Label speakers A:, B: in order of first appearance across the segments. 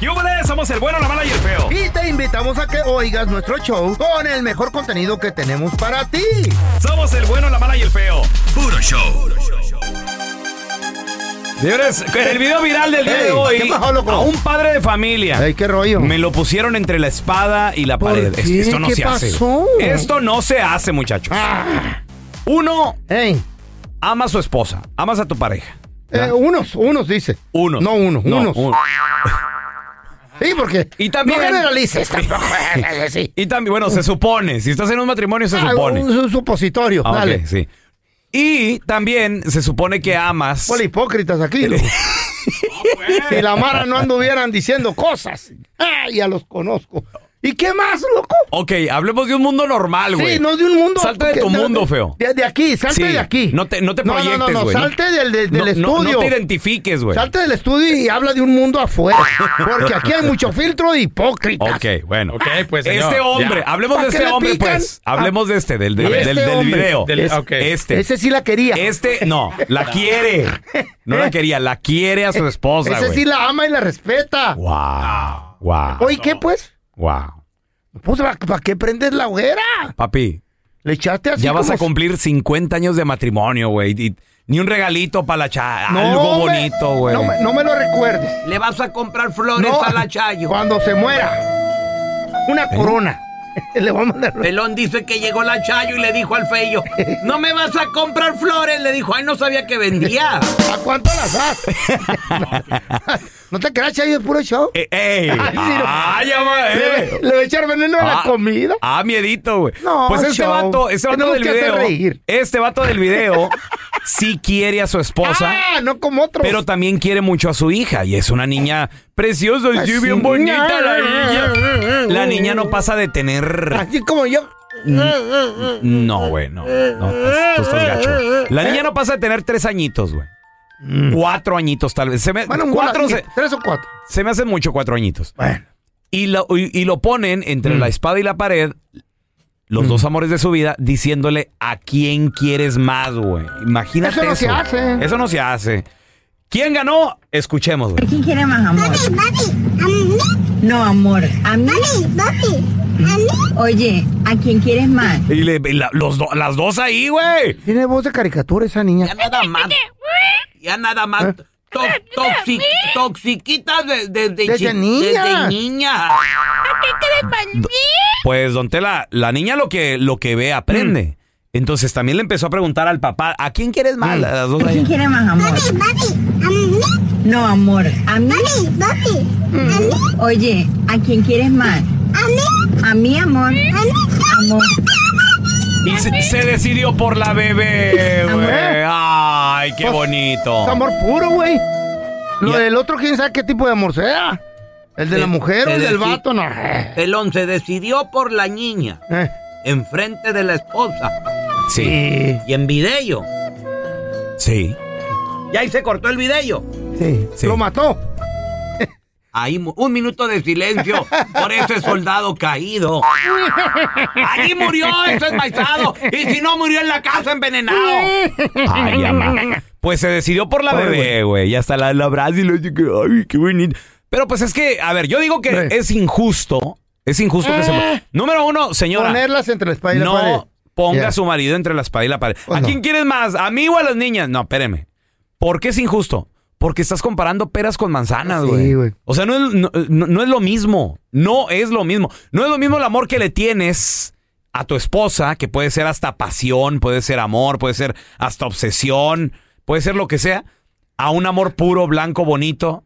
A: ¡Yúbales! Somos el bueno, la mala y el feo.
B: Y te invitamos a que oigas nuestro show con el mejor contenido que tenemos para ti.
A: Somos el bueno, la mala y el feo.
C: Puro show.
A: Señores, en el video viral del día
B: Ey,
A: de hoy,
B: ¿qué pasó, loco?
A: a un padre de familia
B: Ey, qué rollo.
A: me lo pusieron entre la espada y la
B: ¿Por
A: pared. Es-
B: qué?
A: Esto no
B: ¿Qué
A: se
B: pasó?
A: hace. Esto no se hace, muchachos.
B: Ah,
A: Uno,
B: ey,
A: ama a su esposa, amas a tu pareja.
B: eh, unos, unos dice.
A: Unos.
B: No uno,
A: No,
B: unos.
A: un-
B: Sí, porque.
A: Y también-
B: No generalices tampoco. sí.
A: Y también, bueno, se supone. Si estás en un matrimonio, se supone.
B: Ah, un, un supositorio.
A: Ah, ok,
B: Dale.
A: sí. Y también se supone que amas.
B: Hola, hipócritas aquí. loco. si la Mara no anduvieran diciendo cosas. Ah, ya los conozco. ¿Y qué más, loco?
A: Ok, hablemos de un mundo normal, güey.
B: Sí, no de un mundo.
A: Salte de tu mundo, feo.
B: De, de aquí, salte
A: Sí,
B: de aquí.
A: No te, no te proyectes,
B: No,
A: güey.
B: no, no, salte del, del-
A: No-
B: del
A: no-
B: estudio.
A: No, te identifiques, güey.
B: Salte del estudio y habla de un mundo afuera. Porque aquí hay mucho filtro de hipócritas.
A: Ok, bueno.
C: Ok, pues, señor,
A: este
C: ya.
A: hombre, hablemos
B: ¿Para
A: de
B: qué
A: este
B: le
A: hombre,
B: pican?
A: pues. Hablemos de este, del, del,
B: Este
A: del- del
B: hombre.
A: video.
C: Del-
A: Es-
C: ok.
A: Este.
B: Ese sí la quería.
A: Este, no, la quiere. No la quería, la quiere a su esposa,
B: Ese
A: güey.
B: sí la ama y la respeta.
A: Wow. Wow.
B: Oye, ¿qué pues?
A: Wow.
B: Pues, ¿para qué prendes la hoguera?
A: Papi,
B: Le echaste así
A: ya vas
B: como
A: a cumplir 50 años de matrimonio, güey. y Ni un regalito para la chaya.
B: No
A: Algo
B: me-
A: bonito, güey.
B: No, me- no me lo recuerdes.
A: Le vas a comprar flores
B: No, Cuando se muera, una
A: ¿Eh?
B: corona. Le voy a mandar.
A: Pelón dice que llegó la Chayo y le dijo al feyo, no me vas a comprar flores. Le dijo, ay, no sabía que vendía.
B: ¿A cuánto las das? no te creas, Chayo, es puro show.
A: Eh, ¡Ey! ¡Ay,
B: Ay, mira.
A: ya va,
B: Le,
A: eh.
B: le voy a echar veneno a la
A: Ah,
B: comida.
A: Ah, miedito, güey.
B: No,
A: pues este
B: show.
A: vato, este vato
B: Tenemos
A: del
B: que hacer
A: video.
B: reír.
A: Este vato del video sí quiere a su esposa.
B: ah, no como otros.
A: Pero también quiere mucho a su hija y es una niña preciosa y sí,
B: Así.
A: bien bonita la niña. La niña no pasa de tener...
B: Así como yo.
A: Mm. No, güey, no. no estás-
B: Eh,
A: tú estás gacho. La niña no pasa de tener tres añitos, güey. Cuatro añitos tal vez. Se me,
B: Mm. Bueno,
A: cuatro
B: cuatro,
A: se,
B: tres o cuatro.
A: se me hacen mucho cuatro añitos.
B: Bueno. Mm.
A: Y lo, y, y lo ponen entre la espada y la pared, los dos amores de su vida, diciéndole a quién quieres más, güey. Imagínate
B: Eso no se hace.
A: Eso no se hace. ¿Quién ganó? Escuchemos, güey.
D: ¿Quién quiere más amor?
E: Papi, papi, a mí,
D: No, amor. A mí.
E: papi, papi, a mí.
D: Oye, ¿a quién quieres más?
A: Y le- y la- los do- las dos ahí, güey.
B: Tiene voz de caricatura esa niña.
A: nada más. Ya nada más.
B: Eh.
A: toxiquita desde,
B: Desde chi- niña. desde
A: Pues, don Tela, la niña lo que, lo que ve
B: Mm.
A: aprende. Entonces también le empezó a preguntar al papá, ¿a quién quieres más?
B: Mm.
A: Las dos
D: ¿Quién
A: ahí.
D: quiere más amor?
E: Papi, papi, a mí,
D: No, amor. A mí.
E: papi, papi, a mí,
D: Oye, ¿a quién quieres más?
E: a mí,
D: A mí, amor.
E: a mí,
D: Amor.
A: Y se, se decidió por la bebé, güey. Ay, qué
B: Pues,
A: bonito.
B: Es amor puro, güey. Lo
A: Ya.
B: del otro, quién sabe qué tipo de amor sea. El de la
A: Eh,
B: mujer o
A: eh,
B: el del
A: sí.
B: vato, no.
A: Pelón se Eh. decidió por la niña,
B: Eh,
A: enfrente de la esposa. Sí,
B: sí,
F: Y en video.
A: sí.
F: Y ahí se cortó el video.
B: sí,
A: Sí.
B: Lo mató.
A: Ahí, mu- un minuto de silencio por ese soldado caído. Allí murió ese enmaizado. Y si no, murió en la casa envenenado. Ay, ama. Pues se decidió por la
B: Ay,
A: bebé, güey. Y hasta la, la abraza y le dice que, ay, qué bonito. Pero pues es que, a ver, yo digo que
B: Eh.
A: es injusto. Es injusto que se mu- Número uno, señora.
B: Ponerlas entre la espalda y la
A: no
B: pared.
A: ponga
B: Yeah.
A: a su marido entre la espada y la pared.
B: Pues
A: ¿A
B: no.
A: quién quieres más? ¿A mí o a las niñas? No, espéreme. ¿Por qué es injusto? Porque estás comparando peras con manzanas,
B: Sí,
A: güey.
B: güey.
A: o sea, no es, no- no- no es lo mismo. No es lo mismo. No es lo mismo el amor que le tienes a tu esposa, que puede ser hasta pasión, puede ser amor, puede ser hasta obsesión, puede ser lo que sea, a un amor puro, blanco, bonito,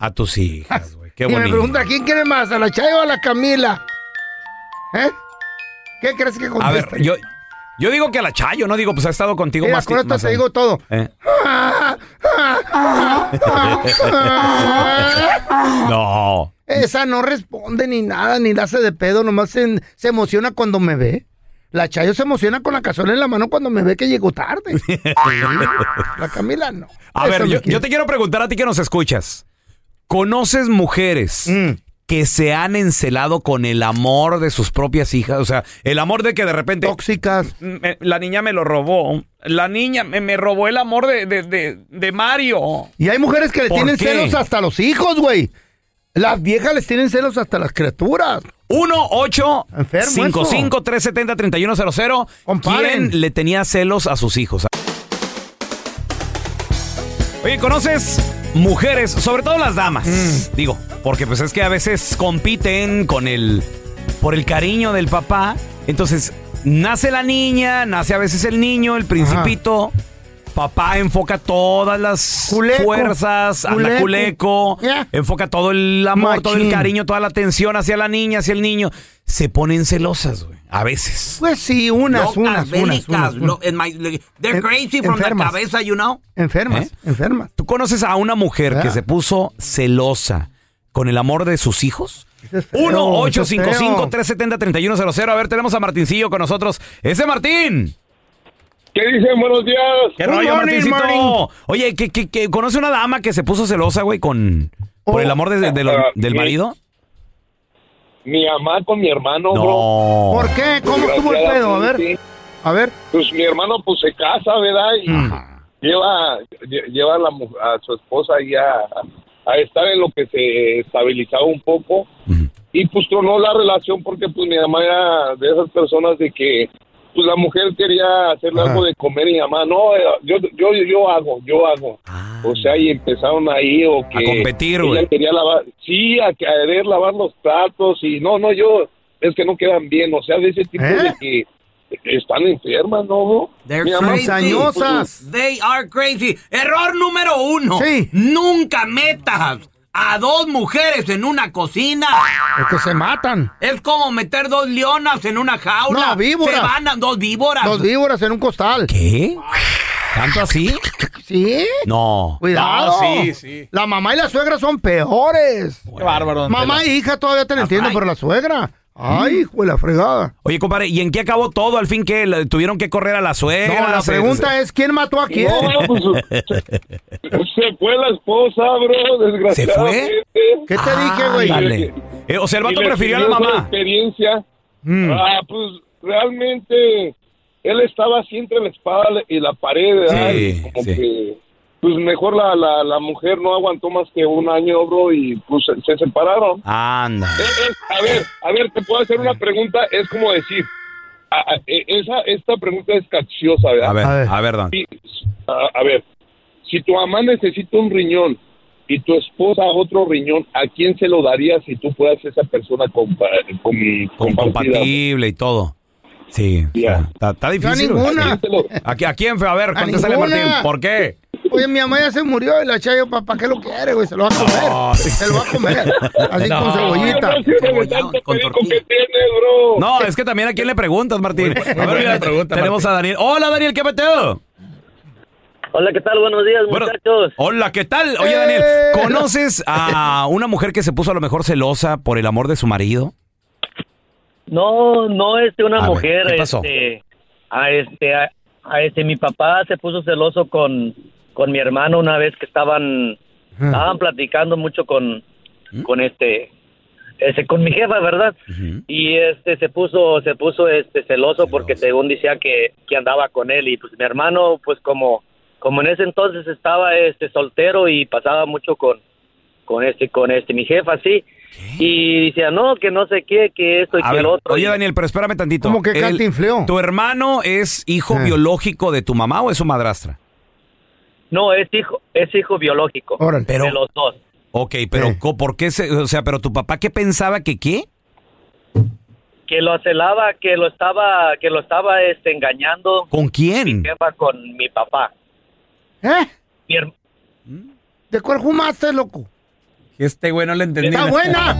A: a tus hijas, güey. Qué
B: y me
A: bonito.
B: pregunta, ¿quién quiere más? ¿A la Chayo o a la Camila? ¿Eh? ¿Qué crees que
A: A
B: conteste?
A: ver, yo, yo digo que a la Chayo, no digo, pues ha estado contigo
B: este, Mira,
A: más
B: con
A: ti-
B: esto
A: más
B: te
A: años.
B: digo todo.
A: Eh. No.
B: Esa no responde ni nada, ni la hace de pedo, nomás se, se emociona cuando me ve. La Chayo se emociona con la cazuela en la mano cuando me ve que llegó tarde. la Camila no.
A: A
B: Esa
A: ver,
B: me
A: yo,
B: quiere.
A: yo te quiero preguntar a ti que nos escuchas. ¿Conoces mujeres
B: Mm.
A: que se han encelado con el amor de sus propias hijas? O sea, el amor de que de repente...
B: Tóxicas.
A: "Me- la niña me lo robó. La niña me, me robó el amor de, de- de- de Mario.
B: Y hay mujeres que le
A: ¿Por
B: tienen
A: qué?
B: celos hasta los hijos, güey. Las viejas les tienen celos hasta las criaturas.
A: 1 8
B: Enfermo
A: 55 370 3100
B: Comparen.
A: ¿Quién le tenía celos a sus hijos? Oye, ¿conoces mujeres, sobre todo las damas?
B: Mm.
A: Digo, porque pues es que a veces compiten con el por el cariño del papá. Entonces, nace la niña, nace a veces el niño, el principito. Papá enfoca todas las
B: Culeco.
A: fuerzas, anda
B: Culeco.
A: culeco,
B: Yeah.
A: enfoca todo el amor, todo el
B: Machín.
A: cariño cariño, toda la atención hacia la niña, hacia el niño, se ponen celosas, güey. A veces.
B: Pues sí, unas, unas, unas, unas, unas.
A: they're
B: En- crazy from the enfermas. cabeza,
A: you know.
B: Enfermas,
A: ¿Eh?
B: enfermas.
A: ¿Tú conoces a una mujer
B: Ah.
A: que se puso celosa con el amor de sus hijos?
B: Eso es feo, eso
A: 1-855-370-3100. A ver, tenemos a Martincillo con nosotros. ¡Ese Martín!
G: ¿Qué dicen? Buenos días.
A: ¡Qué
B: Good
A: rollo,
B: morning,
A: Martincito!
B: morning.
A: Oye, que, que- que conoce una dama que se puso celosa, güey, con... ¿Por
B: Oh.
A: el amor de- de- de lo-
G: Ah,
A: del
G: sí.
A: marido?
G: Mi mamá con mi hermano, bro.
A: No.
B: ¿Por qué? ¿Cómo estuvo el pedo? A ver, a ver.
G: Pues mi hermano pues se casa, ¿verdad? Y lleva, lle- lleva a, la mu- a su esposa ahí a, a estar en lo que se estabilizaba un poco.
A: Ujú.
G: Y pues tronó la relación porque pues mi mamá era de esas personas de que pues la mujer quería hacerle
B: Ajá.
G: algo de comer y mi mamá, no, eh, yo, yo, yo hago, yo hago.
A: Ah.
G: O sea, y empezaron ahí o que...
A: competir,
G: Eh, ella
A: güey.
G: quería lavar, sí, a querer lavar los platos y no, no, yo, es que no quedan bien, o sea, de ese tipo
B: ¿Eh?
G: de que están enfermas, ¿no? bro?
A: They're
G: Mi mamá,
A: crazy.
B: Montañosas.
A: They are crazy. Error número uno.
B: Sí.
A: Nunca metas a dos mujeres en una cocina.
B: Es que se matan.
A: Es como meter dos leonas en una jaula.
B: No, víboras.
A: Se van a dos víboras.
B: Dos víboras en un costal.
A: ¿Qué? ¿Tanto así?
B: ¿Sí?
A: No.
B: Cuidado.
H: No, sí, sí.
B: La mamá y la suegra son peores.
H: Qué bárbaro. don
B: Mamá
H: Tela.
B: e hija todavía te la entiendo,
A: Ay.
B: pero la suegra. Ay, hijo de la fregada.
A: Oye, compadre, ¿y en qué acabó todo? ¿Al fin que tuvieron que correr a la
B: No,
A: suegra?
B: la
A: Se-
B: pregunta es: ¿quién mató a quién?
G: No, pues, se, se fue la esposa, bro, desgraciadamente.
B: ¿Qué te
A: Ah,
B: dije, güey?
G: ándale.
A: dale. Eh, o sea, el vato
G: Y le
A: prefirió a la
G: sirvió esa
A: mamá.
G: experiencia.
B: Mm.
G: Ah, pues realmente él estaba así entre la espada y la pared, ¿verdad?
A: Sí,
G: Y como
A: sí.
G: que, pues mejor la, la, la mujer no aguantó más que un año, bro, y pues se, se separaron.
A: Anda.
G: Es- es- a ver, a ver, te puedo hacer una pregunta, es como decir, a- a- e- esa, esta pregunta es capciosa, ¿verdad?
A: A ver,
B: A ver.
A: a ver, don.
G: Si- a, a ver, si tu mamá necesita un riñón y tu esposa otro riñón, ¿a quién se lo darías si tú fueras esa persona compa com-
A: Con-
G: compartida?
A: compatible y todo. Sí,
G: Ya.
A: está- está, está
B: Yo a
A: difícil. güey.
G: ¿A quién
B: ninguna.
G: se lo-
A: ¿A, qui- a quién fue? A ver,
B: A
A: contéstale,
B: ninguna.
A: Martín. ¿Por qué?
B: Oye, mi mamá ya se murió y la chayo, papá, ¿qué lo quiere, güey? Se lo va a comer. Se lo va a comer. Así
A: No.
B: con cebollita.
G: Ay, no, si eres
A: Cebollado
G: tanto
A: con
G: perico
A: tortilla.
G: que tienes, bro.
A: No, es que también a quién le preguntas, Martín. A ver,
H: buena
A: mira,
H: pregunta,
A: tenemos a Daniel. Hola, Daniel, ¿qué peteo?
B: Eh.
I: Hola, ¿qué tal? Buenos días,
A: Bueno,
I: muchachos.
A: hola, ¿qué tal? Oye,
B: Eh.
A: Daniel, ¿conoces a una mujer que se puso a lo mejor celosa por el amor de su marido?
I: No, no es de una
A: A ver,
I: mujer.
A: ¿qué pasó?
I: Este, a este, a, a este, mi papá se puso celoso Ah. con, con mi hermano una vez que estaban, estaban platicando mucho con,
A: ¿Mm?
I: con este, ese, con mi jefa, ¿verdad? Y este se puso, se puso este celoso porque según decía que, que andaba con él y pues mi hermano, pues como, como en ese entonces estaba este soltero y pasaba mucho con, con este, con este mi jefa, sí. Y decía, no, que no sé qué, que esto y
A: A
I: que
A: ver,
I: el otro.
A: oye, Daniel, pero espérame tantito.
B: Como que Ah.
A: El-
B: cantinfleo.
A: ¿Tu hermano es hijo biológico de tu mamá o es su madrastra?
I: No, es hijo, es hijo biológico
B: Órale.
A: Pero-
I: de los dos.
A: Ok, pero
B: Eh.
A: co- ¿por qué se, o sea, pero tu papá qué pensaba que qué?
I: que lo celaba, que lo estaba, que lo estaba este, engañando
A: ¿Con quién?
I: mi jefa con mi papá.
B: ¿Eh? ¿Mm?
I: Mi her-
B: ¿De cuál fumaste, loco?
A: Este güey no le entendí.
B: ¡Está buena!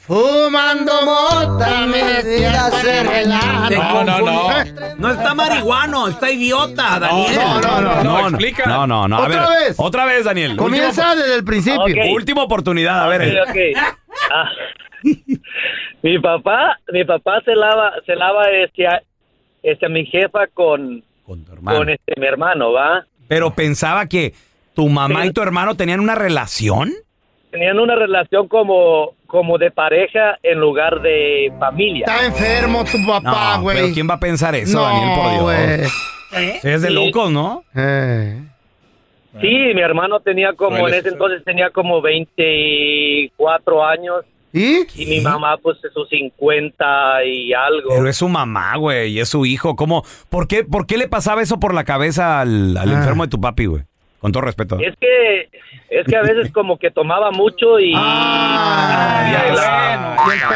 B: Fumando mota, me hacer
A: No, no, no.
B: ¿Eh?
A: No está marihuano, está idiota, Daniel.
B: no, no, no,
A: no, explica. No, no, no. A
B: Otra
A: ver,
B: vez.
A: Otra vez, Daniel.
B: Comienza desde el principio.
I: Ah,
A: Última, última oportunidad, a ver. eh. este-
I: Ok, ok. Ah. mi papá, mi papá celaba, celaba este, a, este, a mi jefa con,
A: Con tu hermano.
I: con este, mi hermano, ¿va?
A: Pero pensaba que tu mamá
I: Sí.
A: y tu hermano tenían una relación.
I: Tenían una relación como, como de pareja en lugar de familia.
B: Está enfermo tu papá,
A: no,
B: güey.
A: pero ¿quién va a pensar eso,
B: No,
A: Daniel? Por Dios.
B: güey.
A: Es de
I: Sí.
A: locos, ¿no?
B: Eh.
I: Sí, mi hermano tenía como, en ese entonces tenía como 24 años.
B: ¿Y?
I: Y mi mamá, pues, sus 50 y algo.
A: Pero es su mamá, güey, y es su hijo. ¿Cómo? ¿Por qué, por qué le pasaba eso por la cabeza al, al
B: Ah.
A: enfermo de tu papi, güey? Con todo respeto.
I: Es que, es que a veces como que tomaba mucho y...
B: Ah,
A: ya
I: y-
A: sé.
B: Y el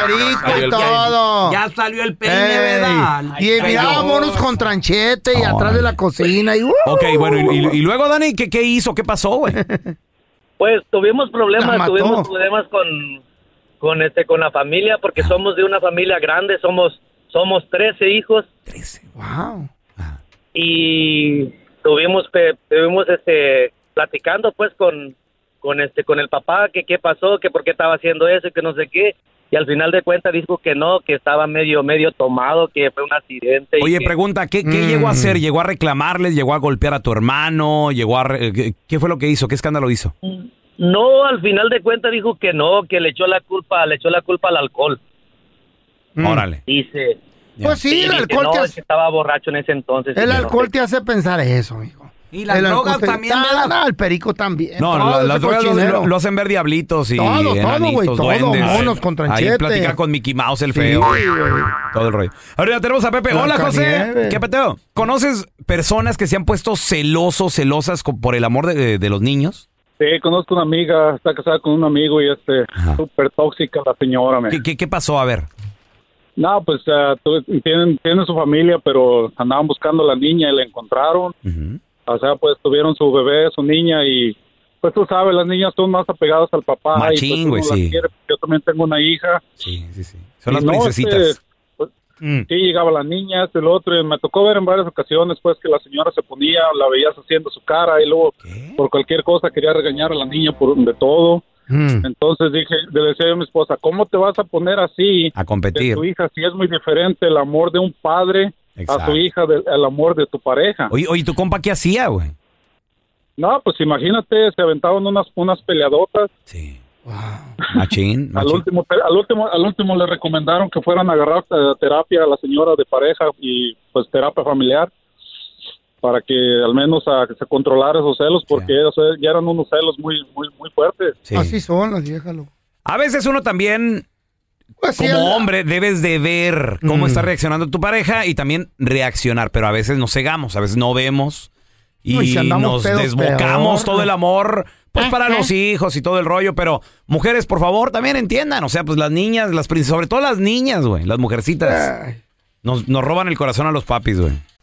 B: perico y todo.
A: salió el
B: Ey. Y miraba monos con tranchete y atrás de la cocina. Y, uh.
A: Ok, bueno, y, y- y luego, Dani, ¿qué, qué hizo? ¿Qué pasó, güey?
I: Pues tuvimos
B: La
I: problemas,
B: mató.
I: tuvimos problemas con, con, este, con la familia porque
B: Ah.
I: somos de una familia grande, somos, somos 13 hijos
B: Wow.
I: y tuvimos, pe- tuvimos este, platicando pues con, con, este, con el papá que qué pasó, que por qué estaba haciendo eso, que no sé qué. Y al final de cuentas dijo que no, que estaba medio, medio tomado, que fue un accidente. y
A: Oye,
I: que-
A: pregunta, ¿qué, qué
B: Mm.
A: llegó a hacer? ¿Llegó a reclamarles? ¿Llegó a golpear a tu hermano? ¿Llegó a... re- eh, ¿Qué, qué fue lo que hizo? ¿Qué escándalo hizo?
I: No, al final de cuentas dijo que no, que le echó la culpa, le echó la culpa al alcohol.
B: Mm.
A: Órale.
I: Dice.
A: Ya.
B: Pues
I: y
B: sí, el
I: que
B: alcohol,
I: no,
B: te,
I: es que
B: hace,
I: estaba borracho en ese entonces. y
B: el
I: que no
B: alcohol
I: sé
B: te hace pensar eso, hijo.
G: Y las
B: El alcohol
G: drogas
B: te-
G: también,
B: Ah,
G: ¿verdad?
B: ah, el perico también.
A: No,
B: Todo
A: la- las
B: ese
A: drogas lo-
B: cochinero.
A: lo, lo hacen ver diablitos y
B: Todo, todo, güey,
A: enanitos,
B: todo,
A: duendes.
B: monos con tranchete.
A: Ahí platicar con Mickey Mouse el
B: Sí,
A: feo.
B: güey.
A: Todo el rollo. Ahora ya tenemos a Pepe. Hola, José.
B: Blancanieves.
A: ¿Qué peteo? ¿Conoces personas que se han puesto celosos, celosas co- por el amor de, de- de los niños?
J: Sí, conozco una amiga, está casada con un amigo y este,
A: Ajá.
J: súper tóxica la señora. me.
A: ¿Qué, qué, qué pasó? A ver.
J: No, pues ah, tu- tienen, tienen su familia, pero andaban buscando a la niña y la encontraron.
A: Ujú.
J: O sea, pues tuvieron su bebé, su niña y pues tú sabes, las niñas son más apegadas al papá.
A: Machín,
J: y, pues, uno
A: güey,
J: las
A: sí.
J: quiere. Yo también tengo una hija.
A: Sí, sí, sí. Son
J: Y
A: las
J: no,
A: princesitas.
J: este, pues, Sí, llegaba la niña, este, el otro, y me tocó ver en varias ocasiones pues que la señora se ponía, la veías haciendo su cara y luego
A: ¿Qué?
J: por cualquier cosa quería regañar a la niña por de todo.
B: Mm.
J: Entonces dije, le decía yo a mi esposa, ¿cómo te vas a poner así
A: A
J: de
A: competir.
J: tu hija si es muy diferente el amor de un padre a
A: Exacto.
J: su hija del el amor de tu pareja?
A: Oye, oye, ¿tu compa qué hacía, güey?
J: No, pues imagínate, se aventaban unas unas peleadotas.
A: Sí. Machín,
J: Al
A: machín.
J: último, al último, al último le recomendaron que fueran a agarrar eh, terapia a la señora de pareja y pues terapia familiar para que al menos a- se controlara esos celos porque
A: Sí.
J: o sea, ya eran unos celos muy muy muy fuertes.
A: Sí.
B: Así son las viejas, loco.
A: A veces uno también,
B: Pues sí, Mm.
A: como
B: el-
A: hombre, debes de ver cómo está reaccionando tu pareja y también reaccionar, pero a veces nos cegamos, a veces no vemos y
B: No, y si andamos
A: nos
B: pedos,
A: desbocamos
B: peor.
A: todo el amor, pues para los hijos y todo el rollo, pero mujeres, por favor, también entiendan, o sea, pues las niñas, las princesas, sobre todo las niñas, güey, las mujercitas,
B: Ay.
A: nos, nos roban el corazón a los papis, güey.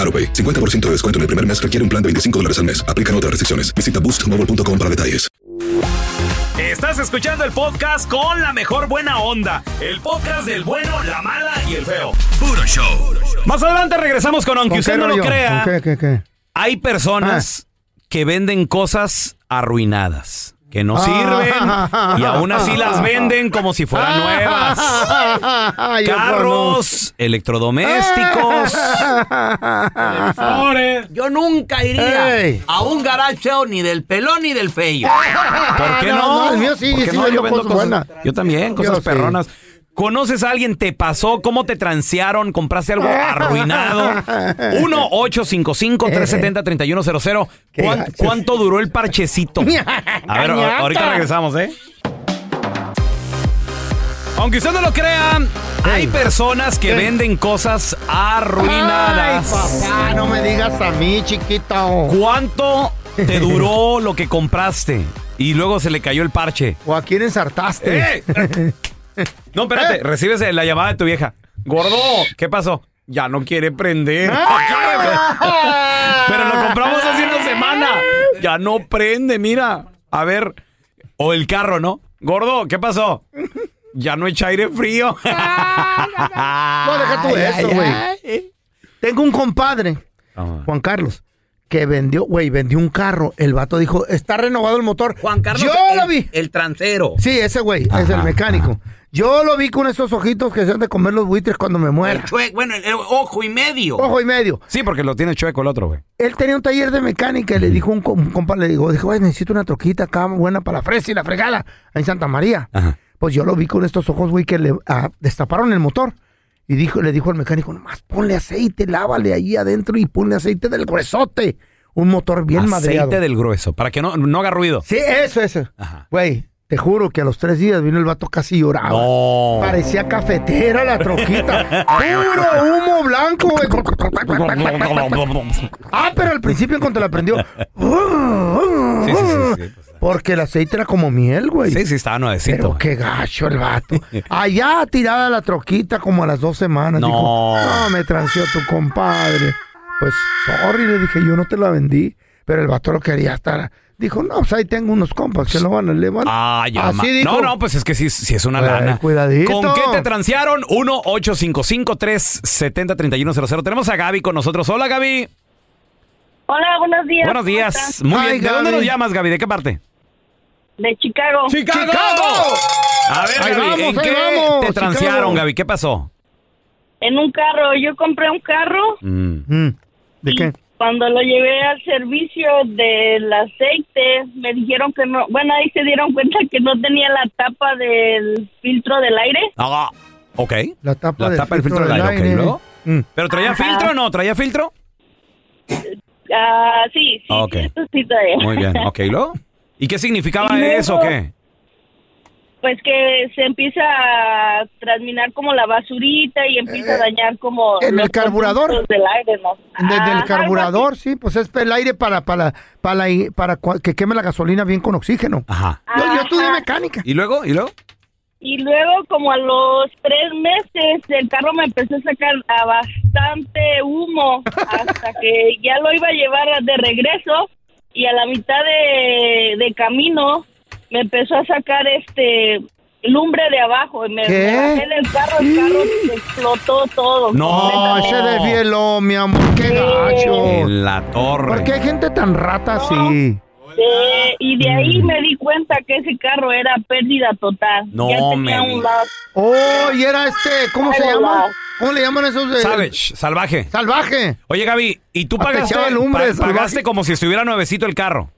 K: AroPay. 50% de descuento en el primer mes requiere un plan de 25 dólares al mes. Aplican otras restricciones. Visita boostmobile.com para detalles.
A: Estás escuchando el podcast con la mejor buena onda. El podcast del bueno, la mala y el feo. Puro show. Más adelante regresamos con aunque
B: ¿Con
A: usted
B: qué
A: no lo
B: rollo?
A: crea.
B: ¿Con qué, qué, qué?
A: Hay personas que venden cosas arruinadas, que no
B: Ah,
A: sirven y aún así las venden como si fueran
B: Ah,
A: nuevas.
B: Ay, yo
A: Carros, electrodomésticos.
B: Ah.
L: Yo nunca iría
A: Ey.
L: a un garage sale ni del pelón ni del
B: Ah,
L: feyo.
A: ¿Por qué no?
B: no, el mío sí,
A: ¿Por qué
B: sí
A: no?
B: vendo
A: Yo vendo
B: cosas
A: cosas-
B: buenas.
A: Yo también, cosas
B: Yo sí.
A: perronas. ¿Conoces a alguien? ¿Te pasó? ¿Cómo te transearon? ¿Compraste algo arruinado?
B: Eh,
A: 1-855-370-3100. ¿Cuán-
B: gacho.
A: ¿Cuánto duró el parchecito? A ver, a- ahorita regresamos, ¿eh? Aunque usted no lo crea, hay personas que
B: Ey.
A: venden cosas arruinadas.
B: Ay, papá, no me digas a mí, chiquito.
A: ¿Cuánto te duró lo que compraste? Y luego se le cayó el parche. ¡Eh!
B: ¿O a quién ensartaste? Eh.
A: No, espérate, recibes la llamada de tu vieja. Gordo, ¿qué pasó? Ya no quiere prender.
B: Ah.
A: Pero lo compramos hace una semana. Ya no prende, mira. A ver. O el carro, ¿no? Gordo, ¿qué pasó? Ya no echa aire frío.
B: No, deja tú eso, güey. Tengo un compadre, Juan Carlos, que vendió, güey, vendió un carro. El vato dijo, está renovado el motor.
L: Juan Carlos,
B: Yo
L: el,
B: lo vi.
L: el transero.
B: Sí, ese güey, es el mecánico. Yo lo vi con esos ojitos que se han de comer los buitres cuando me muera.
L: Chue- bueno, el- el ojo y medio.
B: Ojo y medio.
A: Sí, porque lo tiene chueco el otro, güey.
B: Él tenía un taller de mecánica y le dijo un com- compa, le digo, dijo, "Ay, necesito una troquita acá buena para la fresa y la fregada en Santa María. Pues yo lo vi con estos ojos, güey, que le ah, destaparon el motor. Y dijo, le dijo al mecánico, nomás ponle aceite, lávale ahí adentro y ponle aceite del gruesote. Un motor bien
A: Aceite
B: madreado.
A: del grueso, para que no, no haga ruido.
B: Sí, eh, eso, eso. Güey, te juro que a los tres días vino el vato casi lloraba.
A: No.
B: Parecía cafetera la troquita. Puro humo blanco, güey. Ah, pero al principio en cuanto la prendió.
A: Sí, sí, sí, sí.
B: Porque el aceite era como miel, güey.
A: Sí, sí, estaba nuevecito.
B: Pero qué gacho el vato. Allá tirada la troquita como a las dos semanas.
A: No.
B: Dijo, no, me transeó tu compadre. Pues, sorry, le dije, yo no te la vendí. Pero el vato lo quería estar. Dijo, no, pues ahí tengo unos compas que lo van a elevar.
A: Ah, ya. ma-
B: Así dijo.
A: No, no, pues es que sí, sí es una
B: Ay,
A: lana.
B: cuidadito.
A: ¿Con qué te transearon? 1-855-370-3100. Tenemos a Gaby con nosotros. Hola, Gaby.
M: Hola, buenos días.
A: Buenos
M: ¿cómo
A: días.
M: están?
A: Muy
B: Ay,
A: bien. ¿De dónde
B: Gaby.
A: nos llamas, Gaby? ¿De qué parte?
M: De Chicago.
A: ¡Chicago! A ver, Gaby,
B: Ahí
A: ¿en
B: vamos, ahí
A: qué
B: vamos,
A: te transearon,
B: Chicago.
A: Gaby? ¿Qué pasó?
M: En un carro. Yo compré un carro.
A: Mm.
B: Mm, ¿De qué?
M: Cuando lo llevé al servicio del aceite, me dijeron que no. Bueno, ahí se dieron cuenta que no tenía la tapa del filtro del aire.
A: Ah, ok.
B: La tapa,
A: La
B: del
A: tapa del filtro del aire, ok, ¿luego?
B: Mm.
A: ¿Pero traía
M: Ajá.
A: filtro o no? ¿Traía filtro?
M: Ah, sí, sí.
A: Ah, ok.
M: sí, esto sí todavía.
A: Muy bien. Ok, ¿y luego? ¿Y qué significaba
M: Y luego-
A: eso o qué?
M: Pues que se empieza a transminar como la basurita y empieza a dañar como.
B: Eh, ¿en el
M: los
B: carburador?
M: conductos Del aire, ¿no?
B: Desde
M: Ajá,
B: el carburador, sí, pues es el aire para, para, para, para cua- que queme la gasolina bien con oxígeno.
A: Ajá.
B: Yo, yo estudié
M: Ajá.
B: mecánica.
A: ¿Y luego? ¿Y luego?
M: Y luego, como a los tres meses, el carro me empezó a sacar a bastante humo hasta que ya lo iba a llevar de regreso y a la mitad de, de camino me empezó a sacar este lumbre de abajo y me,
B: ¿Qué?
M: me bajé del carro, el carro explotó todo.
A: No,
B: Ay, se desvieló, mi amor, qué gacho.
A: En la torre.
B: ¿Por qué hay gente tan rata así?
M: Eh, y de ahí me di cuenta que ese carro era pérdida total.
A: No
M: ya
A: me
M: tenía un
A: digas.
M: lado.
B: Oh, y era este, ¿cómo se
M: Ay,
B: llama?
M: la-
B: ¿Cómo le llaman esos? de-
A: Savage, salvaje.
B: Salvaje.
A: Oye, Gaby, ¿y tú
B: Hasta
A: pagaste,
B: echaba el hombre
A: pa-
B: de salvaje.
A: pagaste como si estuviera nuevecito el carro?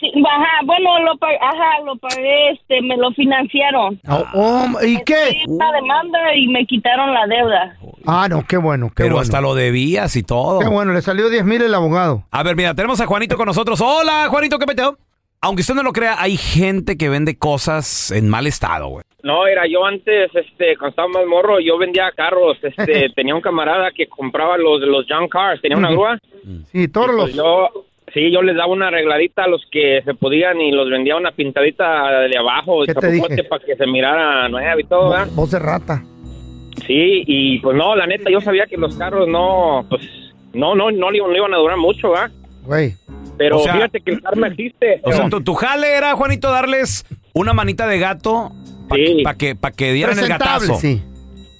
M: Sí, ajá, bueno, lo, pa- ajá, lo pagué, este, me lo financiaron.
B: Oh, oh, ¿Y qué?
M: Una demanda y me quitaron la deuda.
B: Ah, no, qué bueno, qué
A: Pero
B: bueno.
A: hasta lo debías y todo.
B: Qué bueno, le salió 10 mil el abogado.
A: A ver, mira, tenemos a Juanito con nosotros. Hola, Juanito, ¿qué peteo? Aunque usted no lo crea, hay gente que vende cosas en mal estado, güey.
N: No, era yo antes, este, cuando estaba más morro, yo vendía carros, este, tenía un camarada que compraba los los junk cars, tenía una
B: Ujú.
N: grúa.
B: Sí, todos los...
N: Pues yo, sí, yo les daba una arregladita a los que se podían y los vendía una pintadita de abajo, de
B: ¿Qué te dije?
N: chapapote, para que se mirara nueva y todo, ¿verdad?
B: Voz de rata.
N: Sí, y pues no, la neta, yo sabía que los carros no, pues, no, no, no, le- no iban a durar mucho, ¿verdad?
B: Güey.
N: Pero
A: O sea-
N: fíjate que el karma existe.
A: O sea, tu, tu jale era, Juanito, darles una manita de gato para que, pa' que, pa' que dieran el
B: Presentable,
A: gatazo.
B: sí.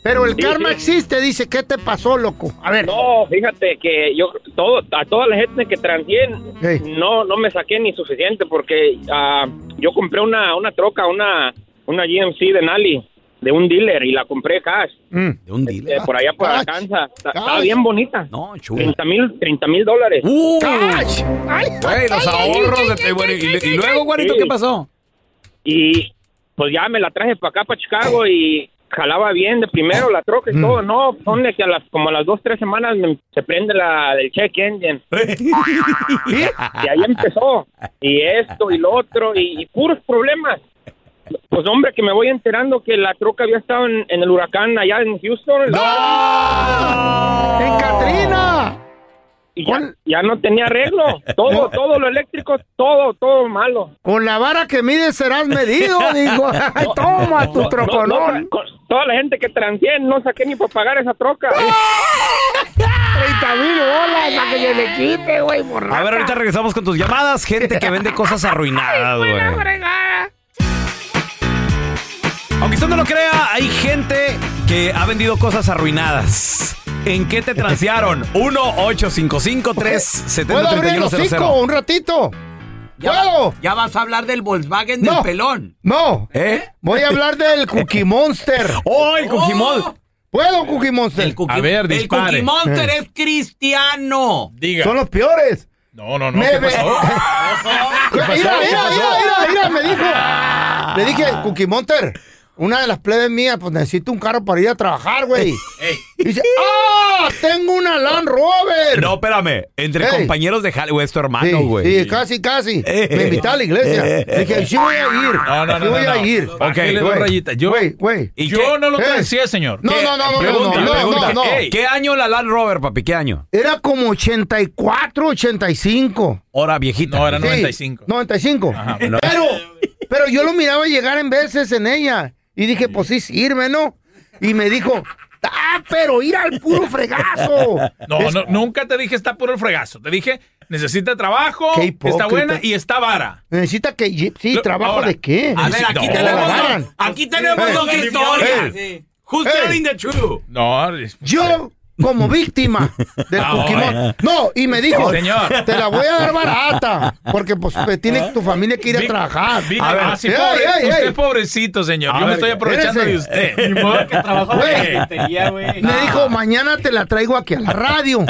B: Pero el
N: Sí,
B: karma
N: sí.
B: existe, dice, ¿qué te pasó, loco? A ver.
N: No, fíjate que yo todo a toda la gente que transié
B: Ey.
N: no no me saqué ni suficiente porque ah, yo compré una una troca, una una GMC de Nali de un dealer y la compré cash
B: Mm.
A: De un dealer.
N: eh, por allá por
A: Cash.
N: Arkansas. Está- Estaba
A: ah, Cash.
N: bien bonita.
A: No, chula.
N: 30 mil 30 mil dólares.
A: ¡Uh!
N: Güey,
A: los ahorros de- bueno, y- y luego, güerito, ¿qué pasó?
N: Y pues ya me la traje para acá, para Chicago, y jalaba bien de primero la troca
A: Mm.
N: y todo. No, ponle que a las, como a las dos, tres semanas me- se prende la del check engine. y ahí empezó. Y esto y lo otro, y, y puros problemas. Pues hombre, que me voy enterando que la troca había estado en, en el huracán allá en Houston.
B: ¡En Catrina!
N: Y ya, ya no tenía arreglo. Todo, todo lo eléctrico, todo, todo malo.
B: Con la vara que mides serás medido, digo. Ay, toma tu troconón.
N: No, no, con toda la gente que transié, no saqué ni para pagar esa troca.
B: 30 mil bolas para que se le quite, güey, borracha.
A: A ver, ahorita regresamos con tus llamadas. Gente que vende cosas arruinadas, güey. Aunque usted no lo crea, hay gente que ha vendido cosas arruinadas. ¿En qué te transearon? 1 855
B: ¿Puedo abrir el
A: 370
B: hocico un ratito?
L: Ya, va- ya vas a hablar del Volkswagen del
B: No.
L: pelón.
B: No.
A: ¿Eh?
B: Voy a hablar del Cookie Monster.
A: ¡Oh, el
L: Cookie Mon-
B: ¿Puedo, Cookie Monster? Eh.
L: Cookie- El Cookie Monster es cristiano.
B: Diga. Son los peores.
C: No, no,
B: no, Me ¿qué ve- pasó? Mira,
L: pasó?
B: mira,
L: ¿Qué
B: mira,
L: pasó? Ah.
B: mira, mira, me dijo. Le dije, Cookie Monster, una de las plebes mías, pues necesito un carro para ir a trabajar, güey. Y dice, ¡ah! Tengo una Land Rover.
A: No, espérame. Entre
B: Ey.
A: compañeros de Halloween, es tu hermano,
B: Sí,
A: güey. Eh.
B: sí, casi, casi. Me invitó a la iglesia. Dije, sí voy a ir.
C: No, no,
B: sí
C: no,
B: voy
C: no,
B: a
C: no.
B: ir.
C: Bájale dos
B: Güey,
C: rayitas. Yo-
B: Güey, güey.
C: Yo no lo
B: ¿Eh?
C: decía, señor.
B: No, no, no, no,
A: Pregunta,
B: no, no,
A: pregunta.
B: no, no.
A: Ey, ¿Qué año la Land Rover, papi? ¿Qué año?
B: Era como 84, 85.
A: Hora viejita. No,
B: era Sí. 95. 95. Pero, pero yo lo miraba llegar en veces en ella. Y dije, pues sí, sirve, ¿no? Y me dijo, ah, pero ir al puro fregazo.
C: No,
B: Es-
C: no, nunca te dije está puro el fregazo. Te dije, necesita trabajo,
B: Qué
C: está
B: hipócrita.
C: buena y está vara.
B: Necesita que... ye- Sí,
C: Lo-
B: ¿trabajo
C: ahora.
B: de qué?
C: A ver,
L: Aquí
C: No,
L: tenemos,
C: la
L: dos, aquí tenemos
B: Ey.
L: dos
B: Ey.
L: historias. Who's
B: Ey.
L: telling the truth?
C: No, es-
B: Yo, como víctima del
C: Ah,
B: Pokémon.
C: bueno.
B: No, y me dijo,
C: Señor.
B: te la voy a dar barata. Porque pues te tiene tu familia que ir a
C: Vic-
B: trabajar.
C: Vic-
B: A ver,
C: ah, sí,
B: ey,
C: pobre-
B: ey,
C: usted
B: ey.
C: es pobrecito, señor.
B: A
C: Yo me
B: ver,
C: estoy aprovechando
B: espérese.
C: de usted.
B: Ni modo que trabajo en la Güey. cafetería, Me dijo, mañana te la traigo aquí a la radio.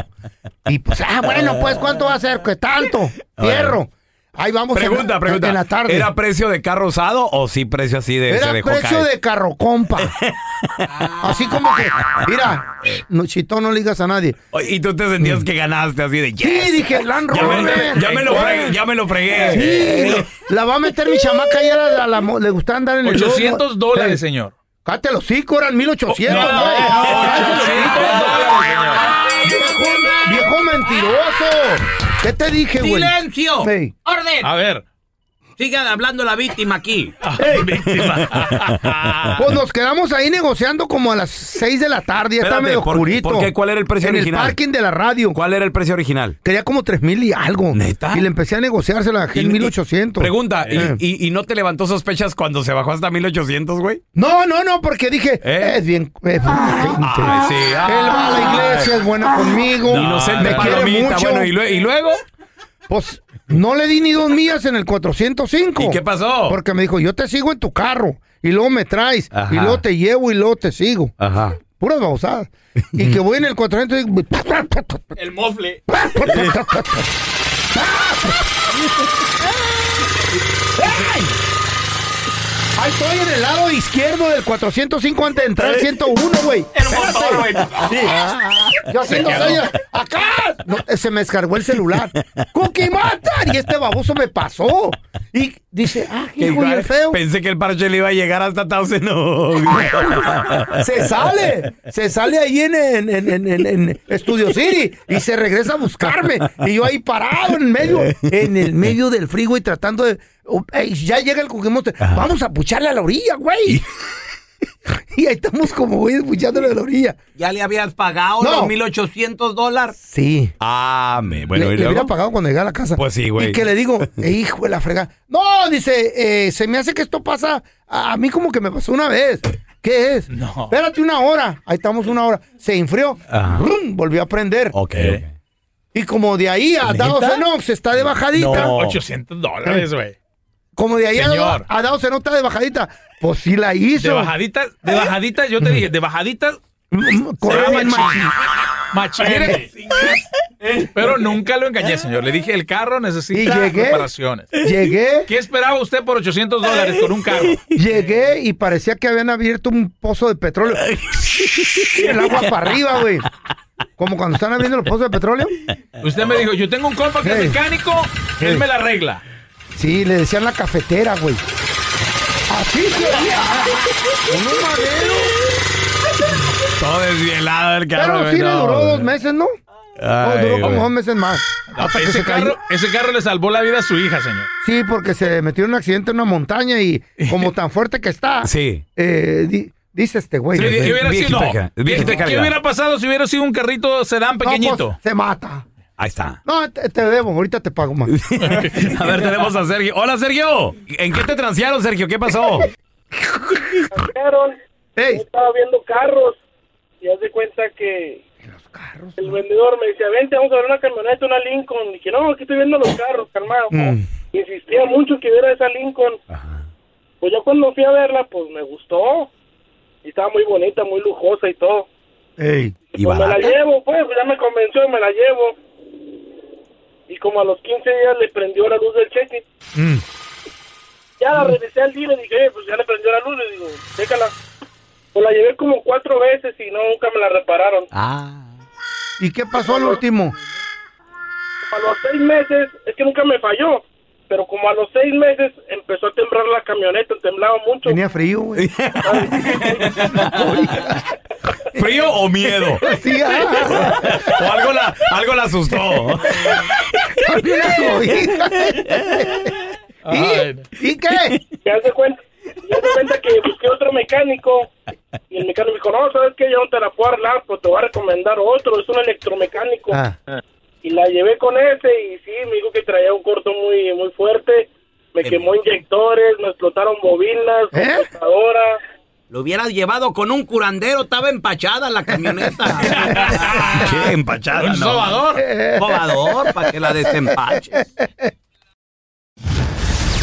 B: Y pues, ah, bueno, pues, ¿cuánto va a ser? ¿Qué tanto? Fierro. Ahí vamos en-
A: Pregunta, pregunta.
B: en la tarde.
A: ¿Era precio de carro usado o sí precio así de
B: Era
A: se dejó
B: precio
A: caer?
B: de carro compa. Así como que, mira, no, chito, no ligas a nadie.
A: Y tú te sentías que ganaste así de yes.
B: Sí, dije, Land
A: Ya me, ya me
B: Rover.
A: lo fregué, ya me lo fregué.
B: Sí, lo- la va a meter mi chamaca y a la, la- la- le gusta andar en el
C: 800 dólares,
B: Eh,
C: señor.
B: Cállate los cinco, eran 1800.
C: No,
B: güey.
C: no,
B: Cállate los
C: 800
B: hijos,
C: dólares, señor.
B: Viejo, viejo mentiroso. ¿Qué te dije, güey?
L: ¡Silencio!
B: Ey.
L: ¡Orden!
C: A ver.
L: Sigan hablando la víctima aquí.
B: Pues nos quedamos ahí negociando como a las 6 de la tarde, ya está
A: Espérate,
B: medio
A: ¿por-
B: oscurito.
A: por qué? ¿Cuál era el precio
B: en
A: original?
B: el parking de la radio.
A: ¿Cuál era el precio original?
B: Quería como 3 mil y algo. Y le empecé a negociársela en 1800.
A: Pregunta, ¿y-
B: Eh.
A: y, y no te levantó sospechas cuando se bajó hasta 1800, güey?
B: No, no, no, porque dije, es bien. eh, es buena gente.
A: ¿Eh? Ah, Ay, sí. Ah.
B: Él va a la iglesia, es bueno conmigo.
A: Inocente
B: me quiere
A: palomita,
B: mucho.
A: bueno, ¿y lue- y luego?
B: Pues no le di ni dos millas en el 405.
A: ¿Y qué pasó?
B: Porque me dijo, yo te sigo en tu carro. Y luego me traes.
A: Ajá.
B: Y luego te llevo y luego te sigo.
A: Ajá.
B: puras babosadas. Y que voy en el cuatrento y digo,
C: El mofle.
B: Ahí estoy en el lado izquierdo del 405 antes de entrar al 101, güey.
L: El Eh. motor, güey.
B: Espérate. Ah, Yo
L: Se
B: haciendo
L: quedó.
B: señas. ¡Acá! No, eh, se me descargó el celular. ¡Cookie Matar! Y este baboso me pasó. Y dice, ah, qué hijo de feo.
A: Pensé que el parche le iba a llegar hasta Thousand
B: Se sale, se sale ahí en, en, en- en- en- en Studio City y se regresa a buscarme. Y yo ahí parado en medio, en el medio del frigo y tratando de. oh, ey, ya llega el cuquimote. Vamos a pucharle a la orilla, güey. Y ahí estamos como güey puchándole a la orilla.
L: Ya le habías pagado
B: No.
L: los 1800 dólares.
B: Sí.
A: Ah, me. Bueno,
B: le,
A: y
B: le hubiera
A: luego.
B: pagado cuando llegara a la casa.
A: Pues sí, güey.
B: Y que le digo, "Eh, hijo de la frega. No, dice, eh, se me hace que esto pasa. A, a mí como que me pasó una vez. ¿Qué es? No. Espérate una hora. Ahí estamos una hora. Se enfrió.
A: Ajá.
B: Brum, volvió a prender.
A: Ok.
B: Y como de ahí a
C: ¿Neta?
B: Dao Zenox está de bajadita.
C: 800 dólares, güey.
B: Como de ahí a
C: Señor.
B: Dao- a Dao Zenox está de bajadita. Pues sí la hizo. ¿Eh? Mm.
C: De bajaditas, de bajaditas, yo te dije, de bajaditas.
B: corre bien
C: Machine. Pero nunca lo engañé, señor. Le dije, el carro necesita
B: Y llegué.
C: reparaciones.
B: Llegué.
C: ¿Qué esperaba usted por 800 dólares con un carro?
B: Llegué y parecía que habían abierto un pozo de petróleo. Y el agua para arriba, güey. Como cuando están abriendo los pozos de petróleo.
C: Usted me dijo, yo tengo un compa que
B: Hey.
C: es mecánico,
B: Hey.
C: él me la arregla.
B: Sí, le decían la cafetera, güey. Así se oía. Con un madero.
A: Todo desvielado el carro.
B: Pero
A: güey,
B: sí le
A: no,
B: duró
A: güey.
B: dos meses, ¿no?
A: Ay,
B: o duró como
A: güey.
B: dos meses más.
C: No,
B: Hasta que
C: ese,
B: se cayó.
C: carro, ese carro le salvó la vida a su hija, señor.
B: Sí, porque se metió en un accidente en una montaña y como tan fuerte que está.
A: Sí.
B: eh, di- dice este güey.
C: Sí,
B: no sé.
C: ¿qué hubiera sido? No.
A: ca- viejita
C: ¿Qué- ¿Qué
A: calidad.
C: hubiera pasado si hubiera sido un carrito sedán
B: No, pues,
C: pequeñito?
B: se mata.
A: Ahí está.
B: No, te, te debo. Ahorita te pago más.
A: A ver, tenemos a Sergio. Hola, Sergio. ¿En qué te transearon, Sergio? ¿Qué pasó?
O: Pero Yo estaba viendo carros y haz de cuenta que el vendedor me decía, vente, vamos a ver una camioneta, una Lincoln. Y que no, aquí estoy viendo los carros, calmado.
G: Mm.
A: Mm.
O: Insistía mucho que viera esa Lincoln. Pues yo cuando fui a verla, pues me gustó. Y estaba muy bonita, muy lujosa y todo.
B: Ey.
O: Y pues me la llevo, pues, pues ya me convenció, me la llevo. Y como a los 15 días le prendió la luz del cheque.
B: Mm.
O: Ya la regresé al día y dije, "Eh, pues ya le prendió la luz. Le digo, déjala. Pues la llevé como cuatro veces y no, nunca me la repararon.
B: ¿Y qué pasó al último?
C: Ah.
O: A los seis meses, es que nunca me falló. Pero como a los seis meses empezó a temblar la camioneta, temblaba mucho.
B: Tenía frío, güey.
A: ¿Frío o miedo?
B: Sí, ah.
A: O algo la, algo la asustó.
B: También la cobija.
O: Ay,
B: ¿Y, ¿Y qué?
O: Ya se cuenta, ya se cuenta que busqué otro mecánico y el mecánico me dijo, no, ¿sabes qué? Yo no te la puedo arreglar, pues te voy a recomendar otro, es un electromecánico. Y la llevé con ese y sí, me dijo que traía un corto muy muy fuerte, me quemó inyectores, me explotaron bobinas,
B: ¿Eh?
O: computadora.
L: Lo hubieras llevado con un curandero, estaba empachada la camioneta.
A: ¿Qué? Empachada.
L: Un sobador. Sobador, para que la desempache.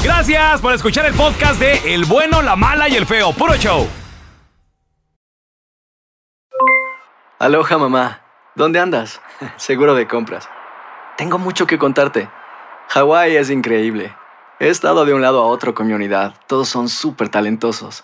A: Gracias por escuchar el podcast de El Bueno, la Mala y el Feo. Puro show.
P: Aloha mamá, ¿dónde andas? Seguro de compras. Tengo mucho que contarte. Hawái es increíble. He estado de un lado a otro con mi unidad. Todos son súper talentosos.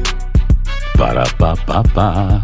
Q: Para pa pa pa.